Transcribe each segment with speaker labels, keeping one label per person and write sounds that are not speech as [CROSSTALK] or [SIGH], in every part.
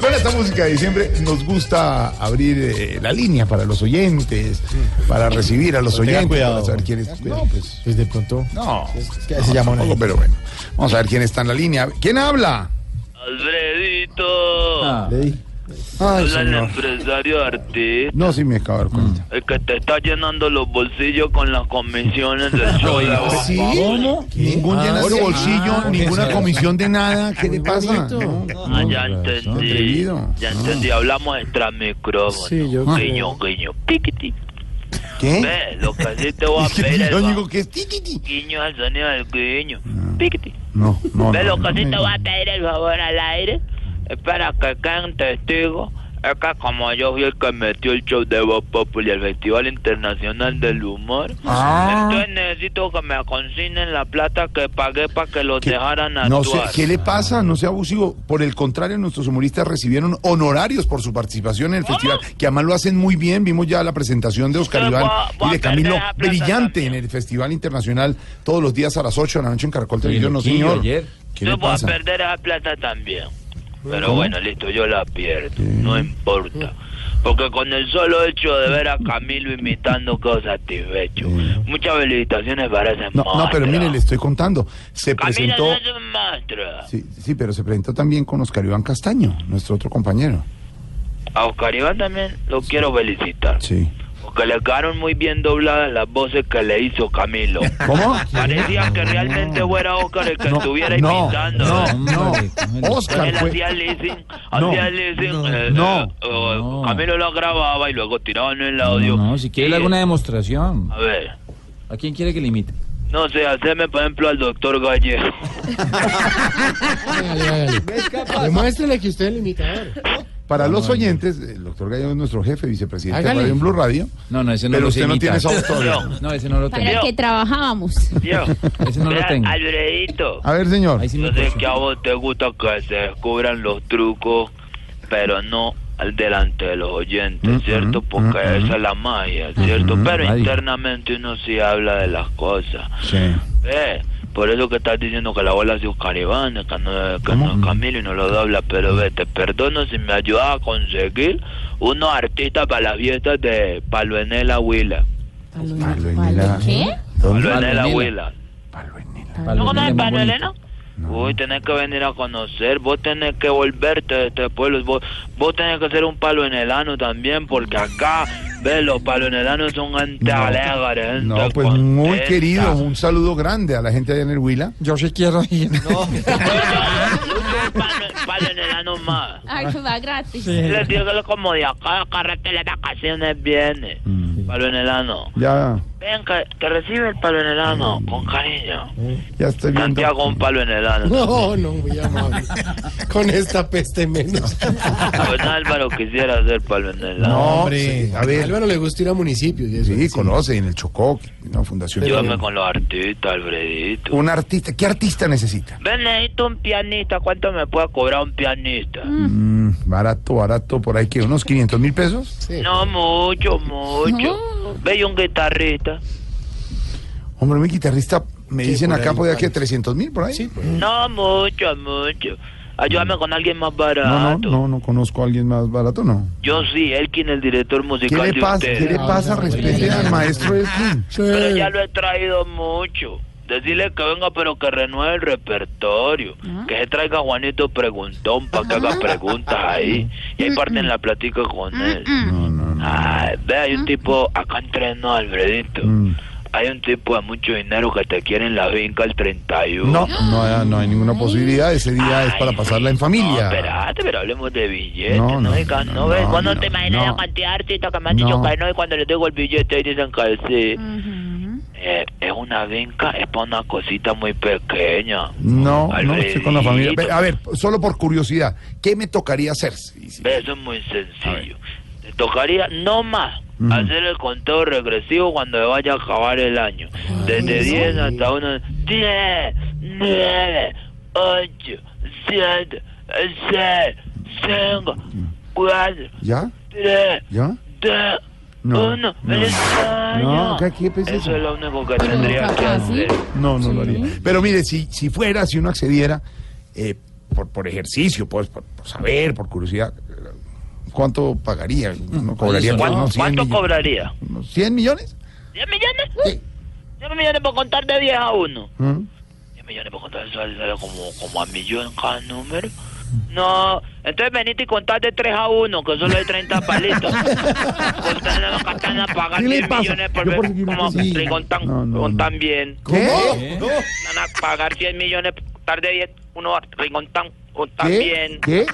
Speaker 1: Con esta música de diciembre nos gusta abrir eh, la línea para los oyentes, para recibir a los oyentes,
Speaker 2: cuidado.
Speaker 1: para saber quién es. No, pues,
Speaker 2: Pues de pronto.
Speaker 1: no,
Speaker 2: que se llama una
Speaker 1: tampoco, pero bueno. Vamos a ver quién está en la línea. ¿Quién habla?
Speaker 3: Alfredito,
Speaker 1: Ah.
Speaker 2: Le di.
Speaker 1: Ay,
Speaker 3: hola el
Speaker 1: señor.
Speaker 3: empresario artista,
Speaker 1: No, sí me acabo de dar cuenta.
Speaker 3: el que te está llenando los bolsillos con las comisiones
Speaker 1: [LAUGHS]
Speaker 3: del show.
Speaker 1: ¿Sí?
Speaker 2: ¿Cómo?
Speaker 1: Ningún
Speaker 2: Ah,
Speaker 1: llena su
Speaker 2: sí.
Speaker 1: bolsillo,
Speaker 2: Ah,
Speaker 1: ninguna
Speaker 2: sí.
Speaker 1: comisión de nada. ¿Qué le pasa?
Speaker 2: bonito.
Speaker 3: Ah, ya
Speaker 2: No, razón,
Speaker 3: entendí,
Speaker 1: atrevido.
Speaker 3: ya
Speaker 1: Ah.
Speaker 3: entendí, hablamos extra micrófono.
Speaker 2: Sí, yo creo.
Speaker 3: guiño, guiño, piquiti.
Speaker 1: ¿Qué?
Speaker 3: Ve, lo que sí
Speaker 1: [LAUGHS]
Speaker 3: te voy a
Speaker 1: Es que
Speaker 3: pedir es
Speaker 1: ¿Eh? yo digo
Speaker 3: el
Speaker 1: que Ah. es tiquiti.
Speaker 3: guiño al sonido del guiño, piquiti.
Speaker 1: No, no.
Speaker 3: Ve,
Speaker 1: no,
Speaker 3: lo
Speaker 1: no
Speaker 3: que sí
Speaker 1: me-
Speaker 3: te voy a pedir el favor al aire es para que queden testigos. Es que como yo fui el que metió el show de Voz Populi al Festival Internacional del Humor,
Speaker 1: Ah,
Speaker 3: Entonces necesito que me consignen la plata que pagué para que los
Speaker 1: ¿Qué?
Speaker 3: dejaran actuar.
Speaker 1: no sé, ¿qué le pasa? No sea abusivo. Por el contrario, nuestros humoristas recibieron honorarios por su participación en el festival, que además lo hacen muy bien. Vimos ya la presentación de Oscar
Speaker 3: Entonces,
Speaker 1: Iván
Speaker 3: voy a-
Speaker 1: y
Speaker 3: voy a
Speaker 1: de
Speaker 3: perder
Speaker 1: Camilo,
Speaker 3: esa plata
Speaker 1: brillante en
Speaker 3: también.
Speaker 1: el Festival Internacional, todos los días a las 8 de la noche en Caracol Televisión. No,
Speaker 2: Loquillo,
Speaker 1: señor.
Speaker 2: ayer.
Speaker 1: ¿Qué
Speaker 3: Yo
Speaker 1: le
Speaker 3: voy a
Speaker 1: pasa?
Speaker 3: perder esa plata también. Pero
Speaker 1: ¿Cómo?
Speaker 3: bueno, listo, yo la pierdo. No importa. Porque con el solo hecho de ver a Camilo imitando quedo satisfecho. Muchas felicitaciones para ese
Speaker 1: No, no, pero mire, le estoy contando. Se
Speaker 3: Camilo
Speaker 1: presentó.
Speaker 3: es un maestro.
Speaker 1: Sí, sí, pero se presentó también con Oscar Iván Castaño, nuestro otro compañero.
Speaker 3: A Oscar Iván también lo quiero felicitar.
Speaker 1: Sí.
Speaker 3: Porque le quedaron muy bien dobladas las voces que le hizo
Speaker 1: [LAUGHS]
Speaker 3: Camilo.
Speaker 1: ¿Cómo?
Speaker 3: Parecía que realmente fuera Oscar el que estuviera
Speaker 1: no,
Speaker 3: imitando.
Speaker 1: no, no.
Speaker 3: Él
Speaker 1: Oscar fue.
Speaker 3: hacía leasing,
Speaker 1: No,
Speaker 3: hacía leasing.
Speaker 1: no,
Speaker 3: eh,
Speaker 1: no,
Speaker 3: eh, eh,
Speaker 2: no.
Speaker 3: Camilo lo grababa y luego tiraban el
Speaker 2: No,
Speaker 3: audio.
Speaker 2: no, si quiere
Speaker 3: Y,
Speaker 2: le hago una
Speaker 3: eh,
Speaker 2: demostración.
Speaker 3: A ver,
Speaker 2: ¿A quién quiere que le imite?
Speaker 3: no sé, hacerme por ejemplo al doctor Gallego.
Speaker 4: Hágale, hágale. Demuéstrele que usted es el imitador.
Speaker 1: Para los oyentes, el doctor Gallo es nuestro jefe, vicepresidente
Speaker 4: Hágale.
Speaker 1: de Radio en Blue Radio.
Speaker 2: No, no, ese no
Speaker 1: pero
Speaker 2: lo
Speaker 1: usted
Speaker 2: sé
Speaker 1: no tiene esa
Speaker 2: imitar. [LAUGHS]
Speaker 1: voz todavía.
Speaker 3: No.
Speaker 2: No, ese no lo
Speaker 5: Para
Speaker 2: tengo.
Speaker 3: Yo.
Speaker 5: el que trabajábamos.
Speaker 3: Tío,
Speaker 2: Ese no lo
Speaker 3: vea,
Speaker 2: tengo.
Speaker 3: Alfredito,
Speaker 1: A ver, señor.
Speaker 2: Ahí sí me
Speaker 3: yo sé
Speaker 2: cogió.
Speaker 3: que a vos te gusta que se descubran los trucos, pero no al delante de los oyentes,
Speaker 1: Mm,
Speaker 3: ¿cierto?
Speaker 1: mm,
Speaker 3: Porque
Speaker 1: mm,
Speaker 3: esa es la magia, ¿cierto?
Speaker 1: mm,
Speaker 3: pero
Speaker 2: magia.
Speaker 3: internamente uno sí habla de las cosas.
Speaker 1: Sí.
Speaker 3: Eh, por eso que estás diciendo que la bola es de Oscar Iván, que no, que no es Camilo y no lo dobla,
Speaker 1: Mm.
Speaker 3: pero ve, te perdono si me ayudas a conseguir unos artistas para las fiestas de Palo Enela Huila.
Speaker 1: Palo en la-
Speaker 5: ¿Qué?
Speaker 3: Palo
Speaker 2: Palo Enela.
Speaker 3: Enela Huila.
Speaker 1: Palo en el-
Speaker 2: Palo
Speaker 3: ¿No conoces
Speaker 2: Elena,
Speaker 3: Palo
Speaker 2: muy
Speaker 3: Enela?
Speaker 2: bonito.
Speaker 3: Uy, tenés que venir a conocer, vos tenés que volverte de este pueblo, vos, vos tenés que ser un palo enelano también, porque acá, ve, los palo enelanos son gente alegre,
Speaker 1: pues,
Speaker 3: gente
Speaker 1: No, pues muy
Speaker 3: contenta.
Speaker 1: querido. Un saludo grande a la gente allá en el Huila.
Speaker 2: Yo sí quiero ir.
Speaker 3: Un palo, palo enelano más.
Speaker 5: Ay, [LAUGHS] que va gratis.
Speaker 3: Les digo que lo como de acá, carrete de vacaciones viene.
Speaker 1: Mm.
Speaker 3: Palo en el ano.
Speaker 1: Ya,
Speaker 3: Ven, que, que recibe el palo en el ano, con cariño.
Speaker 1: ya estoy viendo.
Speaker 3: Santiago, un palo en
Speaker 1: [LAUGHS]
Speaker 3: el ano.
Speaker 4: No, no, muy amable. Con esta peste menos.
Speaker 3: Pues Álvaro quisiera hacer palo en el ano.
Speaker 1: No,
Speaker 4: Hombre,
Speaker 1: sí, a ver.
Speaker 4: Álvaro le gusta ir a municipios. y eso,
Speaker 1: Sí, conoce en el Chocó, una fundación.
Speaker 3: Llévame con los artistas, Alfredito.
Speaker 1: Un artista. ¿Qué artista necesita?
Speaker 3: Ven, necesito un pianista. ¿Cuánto me puede cobrar un pianista?
Speaker 1: Mm, barato, barato, por ahí que unos 500 mil pesos.
Speaker 4: Sí.
Speaker 3: No, mucho, mucho.
Speaker 5: No.
Speaker 3: Ve, y un guitarrista.
Speaker 1: Hombre, mi guitarrista me
Speaker 4: Sí,
Speaker 1: dicen
Speaker 4: por
Speaker 1: acá,
Speaker 4: ahí,
Speaker 1: podía
Speaker 4: vale.
Speaker 1: que 300 mil por ahí.
Speaker 4: Sí, pues.
Speaker 3: No, mucho, mucho. Ayúdame con alguien más
Speaker 1: Mm. no, no,
Speaker 3: barato.
Speaker 1: no, no conozco a alguien más barato, no.
Speaker 3: Yo sí, Elkin, el director
Speaker 1: ¿Qué
Speaker 3: musical
Speaker 1: le
Speaker 3: de
Speaker 1: pasa?
Speaker 3: ustedes.
Speaker 1: ¿Qué le pasa? Respete al maestro Elkin.
Speaker 3: Pero ya lo he traído mucho. Decirle que venga, pero que renueve el repertorio. Que se traiga a Juanito Preguntón para que haga preguntas ahí. Y ahí parten la plática con él.
Speaker 1: No, no, no.
Speaker 3: Ay, ve, hay un tipo, acá entrenó Alfredito.
Speaker 1: Mm.
Speaker 3: Hay un tipo de mucho dinero que te quiere en la finca el 31.
Speaker 1: No, no, hay- no hay ninguna posibilidad. Ese día es para
Speaker 3: Ay,
Speaker 1: pasarla en
Speaker 3: No,
Speaker 1: familia.
Speaker 3: espérate, pero hablemos de billetes.
Speaker 1: No,
Speaker 3: No,
Speaker 1: no,
Speaker 3: Digas,
Speaker 1: no,
Speaker 3: no, ves,
Speaker 1: no,
Speaker 3: vos no
Speaker 1: no,
Speaker 3: te imaginas
Speaker 1: no.
Speaker 3: la cantidad de artistas que me han dicho
Speaker 1: No.
Speaker 3: que no y cuando les digo el billete dicen que sí. eh, es una venca, es para una cosita muy pequeña.
Speaker 1: No, no estoy
Speaker 3: Alfredito.
Speaker 1: con la familia. Ve, A ver, solo por curiosidad, ¿qué me tocaría hacer? Sí, sí.
Speaker 3: Ve, Eso es muy sencillo. Te tocaría no más hacer el conteo regresivo cuando se vaya a acabar el año.
Speaker 1: Ah,
Speaker 3: Desde 10 hasta 1. 10, 9, 8, 7, 6, 5, 4,
Speaker 1: ¿Ya?
Speaker 3: 3,
Speaker 1: ¿Ya?
Speaker 3: 2,
Speaker 1: No,
Speaker 3: 1.
Speaker 1: no.
Speaker 3: ¡Feliz
Speaker 1: No,
Speaker 3: año!
Speaker 1: ¿qué- qué es
Speaker 3: Eso
Speaker 1: eso?
Speaker 3: es lo único que tendría que
Speaker 5: capaz, ¿sí?
Speaker 3: hacer.
Speaker 1: No, no lo haría. Pero mire, si, si fuera, si uno accediera, eh, por, por ejercicio, pues, por, por saber, por curiosidad, ¿cuánto pagaría? ¿No cobraría?
Speaker 2: ¿Cuánto-
Speaker 1: unos 100
Speaker 3: ¿Cuánto
Speaker 1: millones?
Speaker 3: cobraría?
Speaker 1: ¿Unos ¿100 millones?
Speaker 3: ¿10 millones?
Speaker 1: Sí.
Speaker 3: 10 millones por contar de 10 a 1.
Speaker 1: ¿Mm?
Speaker 3: 10 millones por contar sale, sale como, como a millón cada número.
Speaker 1: Mm.
Speaker 3: No, entonces venite y contar de 3 a 1, que solo hay 30
Speaker 1: [LAUGHS]
Speaker 3: palitos. Contando, contando, pagar
Speaker 4: ¿Qué le
Speaker 3: 10
Speaker 4: pasa?
Speaker 3: millones por
Speaker 4: Yo por
Speaker 3: vez.
Speaker 4: seguir
Speaker 3: Como
Speaker 4: pensando.
Speaker 3: si contan,
Speaker 1: No, no,
Speaker 3: contan
Speaker 1: no.
Speaker 3: bien.
Speaker 1: ¿Qué?
Speaker 3: Van a pagar 100 millones, contar de 10, uno contan, contan
Speaker 1: ¿Qué?
Speaker 3: bien.
Speaker 1: ¿Qué?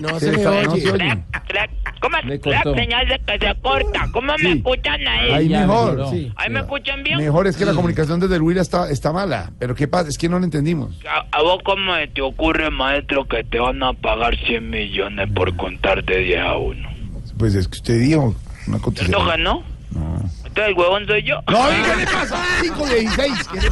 Speaker 4: No
Speaker 1: Sí,
Speaker 4: se me
Speaker 1: está- no se
Speaker 4: oye.
Speaker 1: oye.
Speaker 3: Clac, ¿Cómo
Speaker 2: Le
Speaker 3: clac,
Speaker 2: cortó.
Speaker 3: señal de que se corta? ¿Cómo me escuchan ahí?
Speaker 1: Ahí
Speaker 3: Ahí,
Speaker 2: Ya,
Speaker 1: mejor.
Speaker 2: mejoró.
Speaker 1: sí.
Speaker 3: me escuchan bien.
Speaker 1: Mejor es que la comunicación desde el Huila está, está mala. Pero ¿qué pasa? Es que no lo entendimos.
Speaker 3: ¿A, a vos cómo se te ocurre, maestro, que te van a pagar 100 millones por contar de 10 a 1?
Speaker 1: Pues es que usted dijo una
Speaker 3: ¿Cierto
Speaker 1: cotización.
Speaker 3: que no? Entonces el huevón soy yo.
Speaker 1: No, ¿qué le pasa? 5 de 16. ¿Qué le